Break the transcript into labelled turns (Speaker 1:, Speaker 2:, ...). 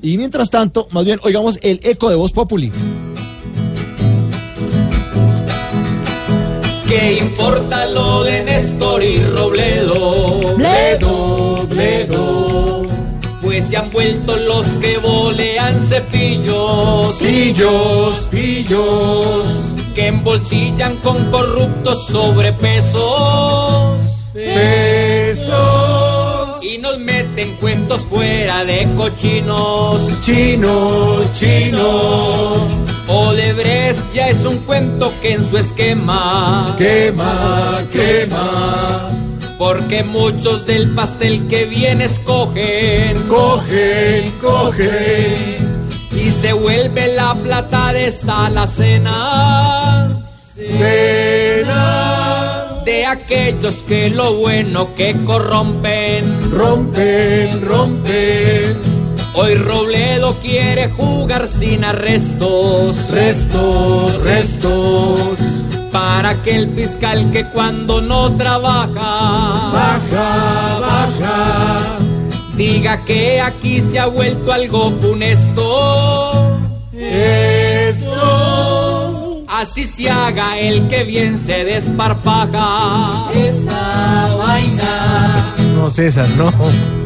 Speaker 1: Y mientras tanto, más bien, oigamos el eco de Voz Populi.
Speaker 2: ¿Qué importa lo de Néstor y Robledo?
Speaker 3: Bledo,
Speaker 2: Bledo. Pues se han vuelto los que volean cepillos. Pillos, pillos. Que embolsillan con corruptos sobrepesos. Pesos. Y nos meten cuentos fuera de cochinos. Chinos, chinos. Odebrecht ya es un cuento que en su esquema. Quema, quema. Porque muchos del pastel que viene escogen. Cogen, cogen. Y se vuelve la plata de esta la cena. Cena. De aquellos que lo bueno que corrompen. Rompen, rompen. Hoy Robledo quiere jugar sin arrestos. Restos, restos. Para que el fiscal que cuando no trabaja. Baja, baja. Diga que aquí se ha vuelto algo funesto. Esto. Así se haga el que bien se desparpaja. Esa vaina.
Speaker 1: No, César, no.